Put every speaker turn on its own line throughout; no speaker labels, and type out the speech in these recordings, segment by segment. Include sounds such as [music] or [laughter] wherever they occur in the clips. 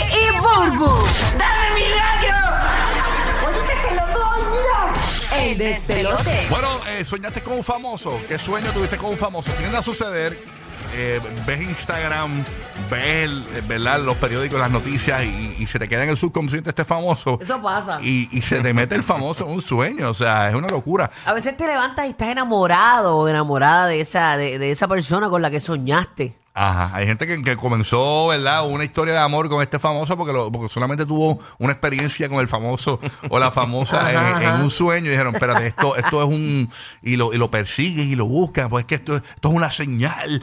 y Burbu.
¡Dame milagro! ¡Ahorita te lo doy, mira!
El despelote.
Bueno, eh, soñaste con un famoso. ¿Qué sueño tuviste con un famoso? Tiende a suceder. eh, ves Instagram, ves eh, ¿verdad? los periódicos, las noticias y, y se te queda en el subconsciente este famoso.
Eso pasa.
Y, y se te mete el famoso en un sueño. O sea, es una locura.
A veces te levantas y estás enamorado o enamorada de esa, de, de esa persona con la que soñaste.
Ajá, hay gente que, que comenzó, ¿verdad? Una historia de amor con este famoso porque, lo- porque solamente tuvo una experiencia con el famoso o la famosa en,
Ajá,
en
ajá.
un sueño y dijeron, espérate, esto, esto es un... Y lo, y lo persigues y lo buscas, pues es que esto, esto es una señal.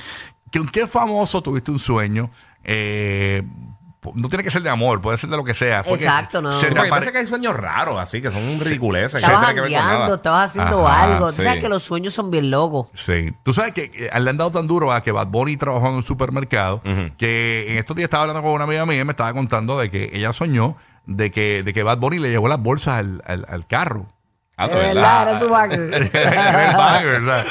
¿Con qué famoso tuviste un sueño? Eh, po- no tiene que ser de amor, puede ser de lo que sea. Fue que
Exacto, no.
se
Sí,
te
porque
apare-
parece que hay sueños raros, así que son ridiculeces. que no
Estabas
tienen que ver con nada.
andeando, estabas haciendo
Ajá,
algo. Tú sabes
sí.
que los sueños son bien locos.
Sí. Tú sabes que eh, le han dado tan duro a que Bad Bunny trabajó en un supermercado que en estos días estaba hablando con una amiga mía y me estaba contando de que ella soñó de que, de que Bad Bunny le llevó las bolsas al, al- al carro.
Ah, de
De
verdad.
era su bagger.
Era [laughs] el bagger, ¿sabes?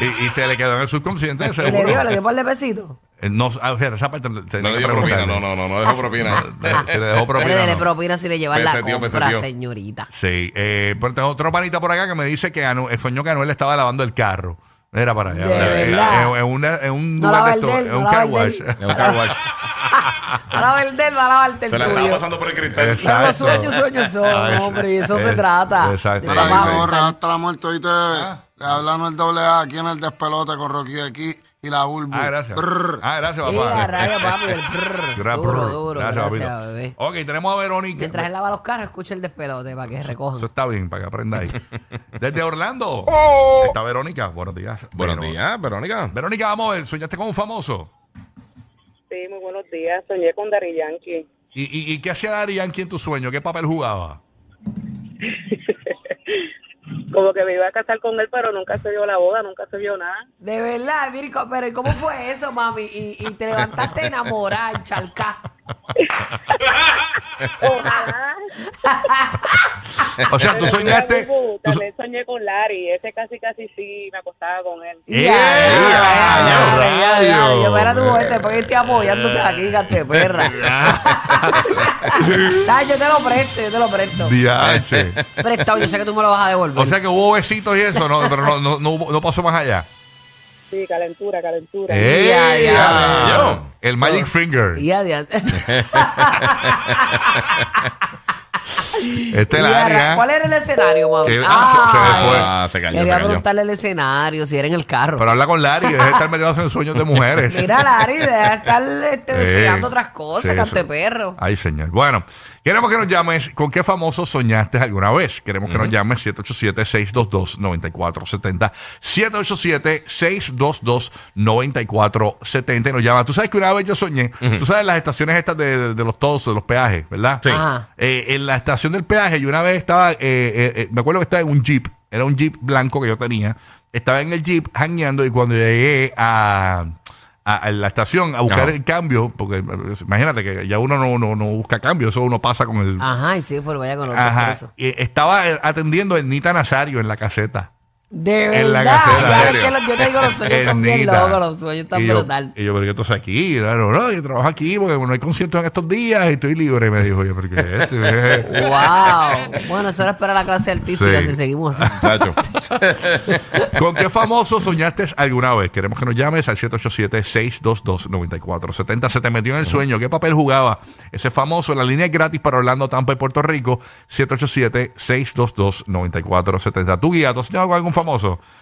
y, y se le quedó en el subconsciente.
Y
seguro.
le digo, le dio un par de pesitos.
Eh, No, ah, o sea, esa parte tenía que
No le dio propina,
preguntarle.
no, no, no, no dejó propina.
Eh, Se le
Pero
dejó propina.
dele
no.
propina si le llevas la
Peseteó,
compra,
peseteó.
señorita.
Sí. Eh, pero tengo otro panita por acá que me dice que Anu- eh, soñó que Anuel estaba lavando el carro. Era para allá.
De
Eh,
verdad.
eh, en una- en un
No
lugar
lava
de
el
esto-
del,
en
no
un
lava
car
el
wash. [laughs]
del.
En un car wash.
[laughs] Va a vender, va a lavarte el
Se la estaba
tuyo.
pasando por el cristal.
Pero
Exacto.
los sueños, sueños son,
Exacto.
hombre, y eso se
Eh,
trata.
exacto. Ah.
De esa
Para
Mira,
Vamos,
mi
vamos.
vaga.
gorra hasta la muerte, ¿oíste? Le hablamos el doble A aquí en el despelote con Rocky de aquí y la Bulbu.
Ah, gracias.
Brr.
Ah, gracias,
Y la
papá. [laughs]
raya, papi, el brrr.
Gra-
Duro,
brr.
duro,
Gracias,
gracias,
papito.
bebé.
Ok, tenemos a Verónica.
Mientras él lava los carros, escucha el despelote para que
Eso
recojan.
está bien, para que aprenda
[laughs]
ahí. Desde Orlando. Está Verónica. Buenos días.
Buenos
Vero-
días, Verónica.
Verónica, vamos a ver. Soñaste con un famoso.
Sí, muy buenos días. Soñé con Dari Yankee.
¿Y, y, y qué hacía Dari Yankee en tu sueño? ¿Qué papel jugaba?
Como que me iba a casar con él, pero nunca se dio la boda, nunca se dio nada.
De verdad, Virgo, pero ¿y cómo fue eso, mami? Y, y te levantaste enamorada,
[laughs]
encharcá.
Ojalá.
O sea,
[laughs]
tú
Pero
soñaste.
mira, Bubu,
tú so- [laughs]
También soñé con Larry. Ese casi, casi sí me acostaba con él.
¡Eh,
Ya, ya, ya, ya, ya, ya.
rayos!
Yo era tu este, porque estoy apoyándote aquí, gante perra.
[laughs] Ah,
Dale, yo te lo presto, yo te lo presto.
Diache.
Prestado, yo sé que tú me lo vas a devolver.
O sea que hubo besitos y eso, no, pero no, no, no, hubo- no pasó más allá.
Sí, calentura, calentura.
¡Eh!
Ya, ya,
ya.
El Magic Finger.
y adiós.
[laughs] Este es
Y
la
arran-
área.
¿Cuál era el escenario, mami?
Que-
Ah,
se- se me fue.
Ah, se cayó, se
Quería
cayó.
preguntarle el escenario, si era en el carro.
Pero habla con Larry, deja de estar metido en sueños de mujeres.
Mira, Larry, deja de estar este,
[laughs] Eh,
deseando otras cosas,
sí,
cante
eso.
perro.
Ay, señor. Bueno, queremos que nos llames. ¿Con qué famoso soñaste alguna vez? Queremos que nos llames 787-622-9470. 787-622-9470. Y nos llama. Tú sabes que una vez yo soñé. Tú sabes las estaciones estas de, de- de los todos, de los peajes, ¿verdad?
Sí.
Ajá.
Eh, en la estación del peaje, yo una vez estaba, eh, eh, eh, me acuerdo que estaba en un jeep, era un jeep blanco que yo tenía. Estaba en el jeep jangueando y cuando llegué a, a- a la estación a buscar
Ajá.
el cambio, porque eh, imagínate que ya uno no, no, no busca cambio, eso uno pasa con
Ah,
el.
Ajá, y sí, pero vaya con los
Ajá.
eso.
Eh, estaba eh, atendiendo a Nita Nazario en la caseta.
De
en la
verdad.
casera,
Claro,
serio.
es que los- yo te digo, los sueños son bien
Bendita.
locos, los sueños están
y yo,
brutal.
[laughs]
Y yo, pero que esto es aquí, claro, no, yo trabajo aquí porque no hay conciertos en estos días y estoy libre. Y me dijo, yo, pero ¿qué es
[laughs]
esto? [laughs]
¡Wow! Bueno, eso era esperar la clase artística
Sí.
si seguimos así.
[laughs]
Chacho.
¿Con qué famoso soñaste alguna vez? Queremos que nos llames al 787-622-9470. Se te metió en el sueño. ¿Qué papel jugaba ese famoso? La línea es gratis para Orlando, Tampa y Puerto Rico. 787-622-9470. ¿Tú guía? ¿Tú has soñado con algún famoso?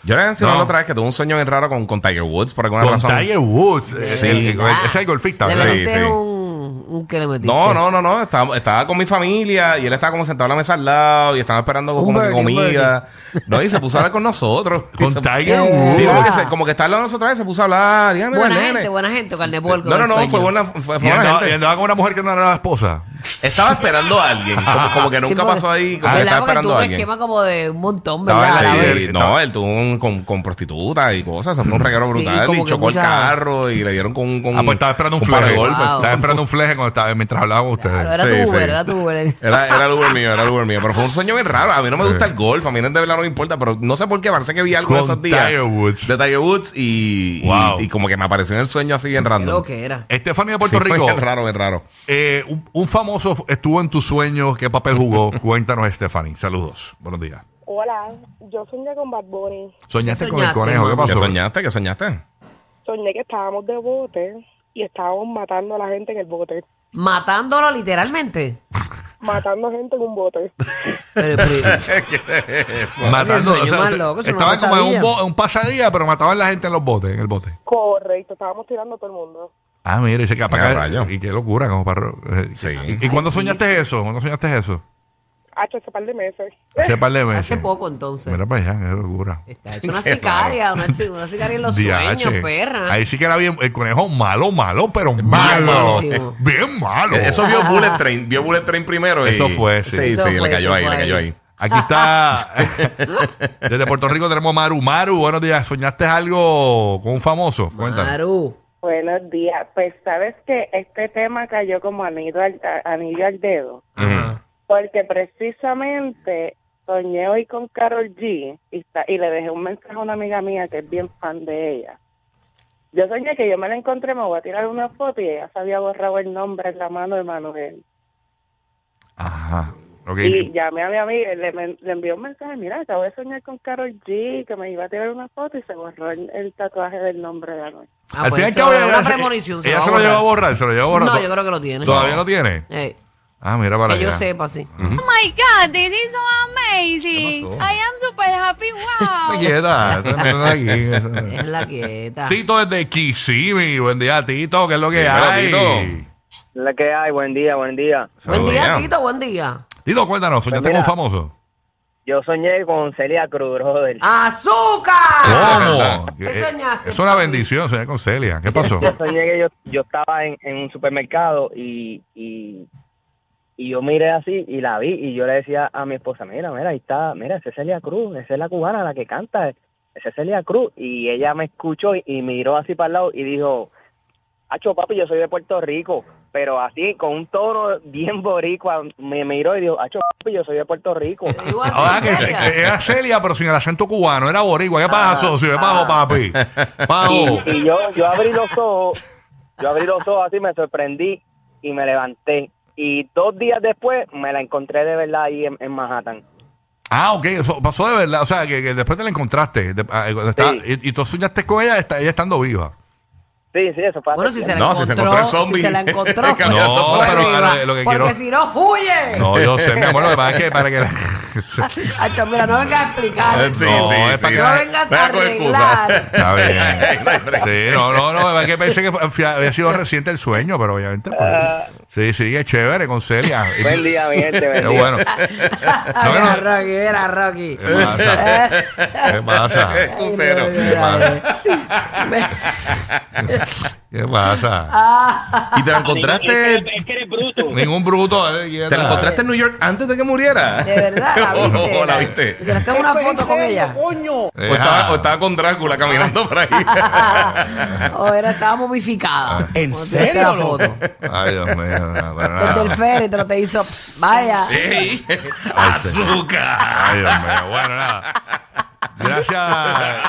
Yo le mencionado
No.
la otra vez que tuve un sueño bien raro con, con Tiger Woods por alguna
Con
razón.
Tiger Woods. Eh,
Sí.
el- el-
Ah,
ese es el golfista,
Le
¿verdad?
Sí,
metiste
sí.
un, un que le metiste.
No, no, no, no. Estaba, estaba con mi familia y él estaba como sentado en la mesa al lado y estaba esperando
Un
como que
birdie, un
comida. No, y se puso a hablar [laughs] con nosotros.
Con
Y se-
Tiger Woods.
Sí, porque
Ah.
se- como que está al lado de nosotros y se puso a hablar. Dígame,
Buena
nene.
gente, buena gente, Carnepol.
No, no, no, fue buena, fue, fue
Y
buena
andaba, y
gente.
andaba con una mujer que no era la esposa.
Estaba esperando a alguien. Como, como que nunca pasó ahí. Como que
¿verdad?
estaba
Porque
esperando
tuvo
a alguien.
esquema como de un montón,
Estaba
¿verdad?
en
A la
la-
vez.
vez.
no, él tuvo un, con, con prostitutas y cosas. Eso fue un reguero
Sí,
brutal.
como
y
que
chocó el
mucha-
carro y le dieron con, con
Ah, pues estaba esperando un
par de
fleje.
golpes.
Wow.
Estaba esperando un fleje cuando estaba- mientras hablaban ustedes.
Claro, era
Sí,
tu Uber,
sí.
era tu Uber.
Era, era el Uber mío, era el Uber mío. Pero fue un sueño bien raro. A mí no me gusta el golf, a mí de verdad no me importa, pero no sé por qué, parece que vi algo de
Con
esos días.
Tiger Woods.
De Tiger Woods y, y-
Wow.
y, como que me apareció en el sueño así bien random.
Lo que era.
Estefanía de Puerto
Sí, fue
Rico.
bien raro, bien raro.
Eh, un, un famoso estuvo en tus sueños. ¿Qué papel jugó?
[laughs]
Cuéntanos, Stephanie. Saludos. Buenos días.
Hola, yo soñé con Bad Bunny.
Soñaste
¿Qué
con el
soñaste,
conejo. ¿Qué
mami?
¿Qué
pasó?
soñaste? ¿Qué soñaste?
Soñé que estábamos de bote y estábamos matando a la gente en el bote.
Matándolo literalmente.
Matando gente en
[laughs]
un bote.
Pero,
[laughs]
pero- Eso,
Matando.
yo
o sea,
más
usted-
loco, eso no
estaban
lo
como en un,
sabía.
bo- en un pasadía, pero mataban la gente en los botes, en el bote.
Correcto, estábamos tirando a todo el mundo.
Ah, mira, ese
Ah,
para
rayo.
Y qué locura, como para. eh,
Sí.
¿Y, y cuándo
Ay,
soñaste eso? ¿Cuándo soñaste eso?
Hace ese par de meses.
Hace par de meses.
hace poco entonces.
Mira para allá, qué locura.
Está
[laughs]
hecho una
Qué
sicaria, una, ci- una sicaria en los
DH.
sueños, perra.
Ahí sí que era bien. El conejo malo, malo, pero malo.
malísimo.
Bien malo.
Eso
[laughs]
vio Bullet Train, vio Bullet Train primero. y-
Eso fue, sí.
sí,
Eso fue,
le
eso
cayó ahí,
fue
le cayó
ahí.
ahí.
Aquí está. [laughs] Desde Puerto Rico tenemos a Maru. Maru, buenos días. ¿Soñaste algo con un famoso? Cuéntame.
Maru.
Buenos días. Pues sabes que este tema cayó como anillo al, a- anillo al dedo.
Ajá.
Porque precisamente soñé hoy con Carol G y, está- y le dejé un mensaje a una amiga mía que es bien fan de ella. Yo soñé que yo me la encontré, me voy a tirar una foto y ella se había borrado el nombre en la mano de Manuel.
Ajá. Ok.
Y llamé a mi amiga, y le, men- le envió un mensaje, mira, acabo de soñar con Carol G, que me iba a tirar una foto y se borró el, el tatuaje del nombre de la noche.
Ah,
Al
pues
fin y al
eso
cabo,
es
ella-
una
ella-
premonición.
Ella
va
se
a
lo llevó a
borrar.
borrar, se lo llevó a borrar.
No, yo creo que lo tiene.
¿Todavía lo tiene?
Eh,
Ah, mira para
que yo
allá.
sepa, sí.
Oh my God, this is so amazing.
¿Qué pasó?
I am super happy.
[laughs]
Te
Wow.
quieta, está
[laughs]
metiendo aquí.
Es la quieta.
Tito desde Kissimmee. Buen día, Tito. ¿Qué es lo que
Dímelo,
hay?
Tito.
La que hay, buen día, buen día.
Buen
Saludos.
día, Tito, buen día.
Tito, cuéntanos. ¿Soñaste
Pues
con un
mira.
famoso?
Yo soñé con Celia Cruz, brother.
Ah,
¡Azúcar!
¿Cómo?
¿Qué
Eh,
soñaste,
Es una
papi?
bendición. Soñé con Celia. ¿Qué pasó?
[laughs] Yo soñé que yo, yo estaba en, en un supermercado y, y, y yo miré así y la vi y yo le decía a mi esposa, mira, mira, ahí está, mira, esa es Celia Cruz, esa es la cubana, la que canta, esa es Celia Cruz. Y ella me escuchó y, y miró así para el lado y dijo, Acho, papi, yo soy de Puerto Rico, pero así, con un tono bien boricua, me miró y dijo, Acho, papi, yo soy de Puerto Rico.
Te digo así,
Ah, que
Celia.
se- [laughs] era Celia, pero sin el acento cubano. Era boricua. ¿Qué pasa,
Ah,
socio? ¿Qué pasa,
ah.
papi? Pago.
Y, y yo, yo abrí los ojos, yo abrí los ojos así, me sorprendí y me levanté. Y dos días después me la encontré de verdad ahí en, en Manhattan.
Ah, ok, eso pasó de verdad. O sea, que, que después te la encontraste. de- ah, cuando está-
Sí.
y, y tú soñaste con ella, está- ella estando viva.
Sí, sí, eso fue. hace
Bueno, si se la
No,
encontró, si
si se encontró el zombie.
se la
[laughs]
encontró, pues,
No,
pues,
pero,
viva.
ahora, lo que
porque
quiero-
si no, huye.
No, yo sé, mi amor, lo que pasa es que para que la-
Hacho, mira, no vengas a
[laughs]
explicar.
Sí,
No,
sí,
es
sí.
para que
no vengas a
Venga con
[laughs]
excusa. [laughs]
arreglar.
[laughs] Está bien. Sí, no, no, no, es que pensé que fue- fue- había sido reciente el sueño, pero obviamente. pues, sí, sí, es chévere con Celia. Y-
Buen día, mi gente, buen
Qué [laughs]
día.
bueno.
Mira, Rocky, mira,
[laughs]
Rocky.
¿Qué pasa? ¿Qué pasa?
Un cero.
¿Qué pasa? ¿Qué [laughs] pasa?
Y te la encontraste,
Ningún bruto. eh,
te la
quieta.
encontraste en New York antes de que muriera.
De verdad, la
[laughs] Oh,
viste.
la viste.
Y te la tengo una foto con ella.
Eh,
O estaba,
ah.
o estaba con Drácula
[laughs]
caminando por ahí.
O Oh, era, estaba momificada. ¿En serio? La foto.
Ay, Dios mío. no, pero nada.
Desde el féretro te hizo,
[laughs]
"Ps, vaya.
Sí. Azúcar.
Ay, Dios mío. Bueno, nada. Gracias.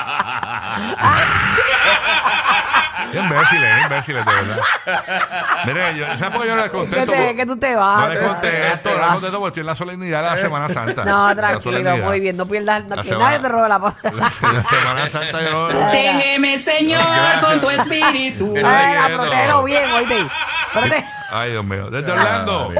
Qué imbéciles, qué imbéciles, de verdad. Mire, yo, ¿sabes por qué yo no les
Que,
contesto?
te- que tú te vas.
No les
te vas,
contesto,
te
no les
vas.
contesto porque estoy en la
[laughs]
solemnidad de la Semana Santa.
No,
La
tranquilo,
solemnidad.
muy bien. No pierdas, no,
La
que
semana-
nadie te robe la pose.
La Semana Santa yo no-
Déjeme, Señor, con tu espíritu.
Estoy
Venga,
quieto.
protégelo bien, oíste. Espérate.
Ay, Dios mío. Oh. Desde Orlando.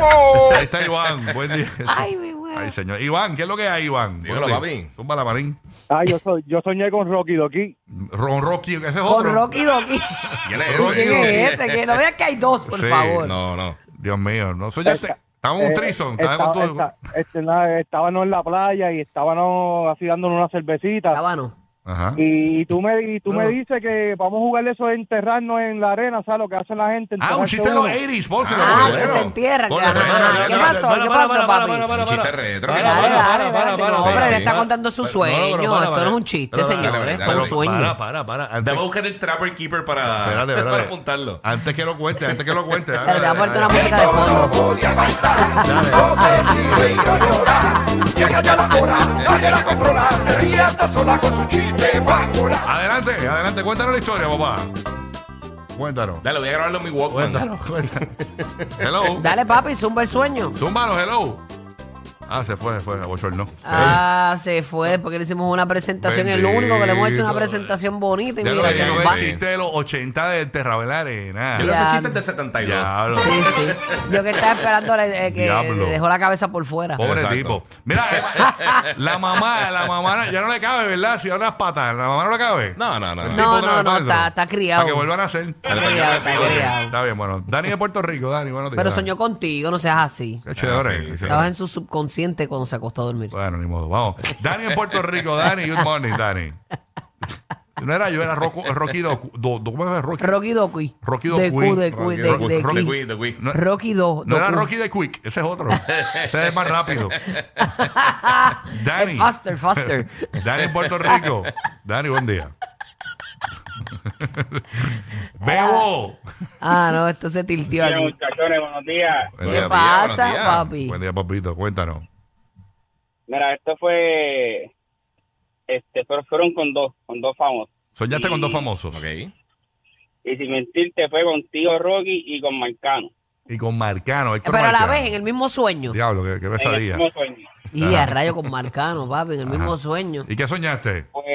Ahí está Iván. Buen día.
Ay, mi güey.
Ay, señor. Iván, ¿qué es lo que hay, Iván?
Dímelo,
Buen
papi.
día. Zumba la marín.
Ah, yo, soy, yo soñé con Rocky Doki.
Ron Rocky, ese es otro.
Con Rocky Doki.
¿Quién es
Rocky
¿Quién
Doki.
es este? Que no veas que hay dos, por
Sí,
favor.
No, no.
Dios mío, no soñaste. Estaba en un
Eh,
trison.
estaba-
Estaba con tu.
esta- este, nada, estábamos en la playa y estábamos así dándonos una cervecita.
Habano.
Ajá. Ah,
Y, y tú me y tú
Ah.
me dices que vamos a jugar eso de enterrarnos en la arena, ¿sabes lo que hace la gente?
Ah, un
enterrarse
chiste de los
uno.
80s, pónselo.
Ah,
pónselo.
que se
pues entierra, que-
Ponlo,
ajá,
ponlo,
¿qué
ponlo,
pasó?
ponlo,
¿Qué
ponlo,
pasó,
ponlo,
papi?
ponlo, ponlo,
Un chiste
ponlo.
retro.
Dale,
Para,
Dale,
dale,
dale,
dale,
espérate.
dale,
No,
dale.
pero él
Sí,
está
sí.
contando su
Pero, pero,
sueño.
pero, para,
Esto no
para.
es un chiste,
Pero, pero,
señores.
pero,
Esto es
pero,
un sueño.
Para, para, para. Antes-
Dame a buscar el Trapper Keeper para,
Espérate, espérate.
[laughs] para apuntarlo.
Antes que lo cuente, antes que lo
[laughs]
cuente. dale,
Pero te voy a
dale,
ponerte una
dale.
música de fondo.
Adelante, adelante. Cuéntanos la historia, papá. Cuéntanos.
Dale, voy a grabarlo en mi Walkman.
Cuéntanos, cuéntanos. [laughs] Hello.
Dale, papi, zumba el sueño.
Zúmbalo, hello. Ah, se fue, se fue, bochorno.
Ah, se fue, porque le hicimos una presentación, el único que le hemos hecho una
Bendito.
presentación bonita y
Ya lo
mira, se
que
nos
no
va.
sí.
existe de los 80 de Terrabel Arena.
Yo no
Ya.
sé chistes del 72.
Diablo.
Sí, sí. Yo que estaba esperando eh, que
Diablo.
le dejó la cabeza por fuera.
Pobre
Exacto.
tipo. Mira, eh, la mamá, la mamá ya no le cabe, ¿verdad? Si ahora unas patas, la mamá no le cabe.
No, no, no.
El
no.
tipo
No,
otra
no,
vez
no,
para
está-
adentro.
está criado.
Para que vuelvan a hacer.
Está criado, está criado.
Está bien, bueno. Dani de Puerto Rico, Dani, buenos días.
Pero soñó contigo, no seas así.
Qué chévere.
sí, sí.
Chévere.
Estabas en su subconsciente cuando se acostó a dormir.
Bueno, ni modo. Vamos. Dani en Puerto Rico, Dani, good morning, Dani. No era yo, era Rocco- Rocky Docu. Do, do- ¿Cómo es Rocky?
Rocky Doki.
Rocky
De
Doki.
cu- de cu-
Rocky,
de-
Rocky,
de-
Rocky,
de-
Rocky, Rocky.
No,
Rocky Do.
no era
Doku. [laughs]
Rocky de Quick, ese es otro. Ese es más rápido. Dani.
Faster, faster.
Dani en Puerto Rico. Dani,
[laughs]
buen día. Bebo.
Ah, no, esto se tiltió aquí.
muchachones, buenos días.
Buen
¿Qué
día,
pasa,
días.
papi?
Buen día, papito. Cuéntanos.
Mira, esto fue. Este, pero fueron con dos, con dos famosos.
Soñaste con dos famosos.
Ok.
Y sin mentirte, fue con Tío Rocky y con Marcano.
Y con Marcano. Héctor
Pero a la
Marcano.
vez, en el mismo sueño.
Diablo, qué, qué
En el
pesadilla.
mismo sueño.
Y a rayo con Marcano, papi, en el
Ajá.
mismo sueño.
¿Y qué soñaste?
Pues,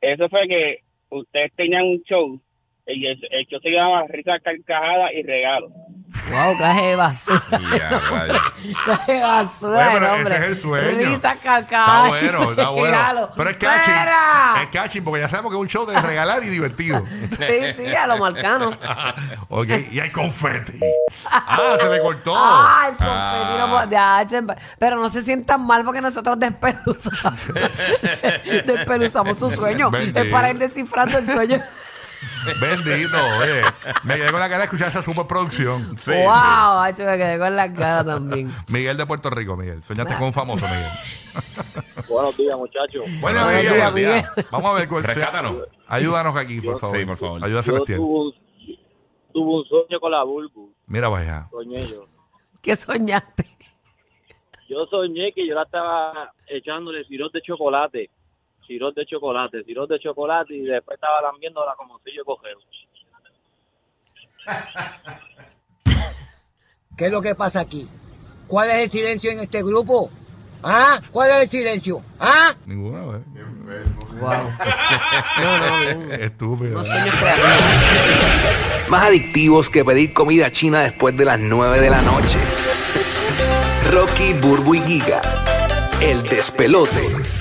eso fue que ustedes tenían un show. Y el, el show se llamaba Risas Carcajadas y Regalos.
Wow, clase de basura. [laughs]
Ya, rayo.
Clase de basura,
Oye, pero
el
ese
hombre.
es el sueño.
Risa
Está
cacao.
bueno, está bueno.
Regalo.
Pero es
Ah, ¡Fuera!
catching. Es catching porque ya sabemos que es un show de regalar y divertido.
[laughs] Sí, sí, a lo
[laughs]
marcano.
ok, y hay confeti.
[laughs]
Ah, se le cortó.
Ah, el
Ah.
confeti no po- de H, Pero no se sientan mal porque nosotros despeluzamos. [laughs] despeluzamos su sueño.
Bendito.
Es para ir descifrando el
[laughs]
sueño.
Bendito, oye. Me quedé con la cara de escuchar esa superproducción.
Sí,
wow, Hacho, me quedé con la cara también.
Miguel de Puerto Rico, Miguel. Soñaste con un famoso, Miguel.
Buenos días, muchachos.
Bueno,
Buenos
Miguel.
días,
Miguel.
Miguel.
Vamos a ver cuál
Rescátanos.
Ayúdanos aquí, por favor.
Sí, por favor.
Ayuda a
Yo
Sebastián.
tuve un, tuve un sueño con la Bulbu,
Mira, vaya.
soñé yo.
¿Qué soñaste?
Yo soñé que yo la estaba echándole sirope de chocolate, sirope de chocolate, sirope de chocolate y después estaba lambiéndola como si yo cogeo.
¿Qué es lo que pasa aquí? ¿Cuál es el silencio en este grupo? ¿Ah? ¿Cuál es el silencio? ¿Ah?
Ninguna, güey.
Wow. No, no, bien.
Estúpido.
Unos sueños creativos.
Más adictivos que pedir comida china después de las 9 de la noche. Rocky, Burbu y Giga. El despelote.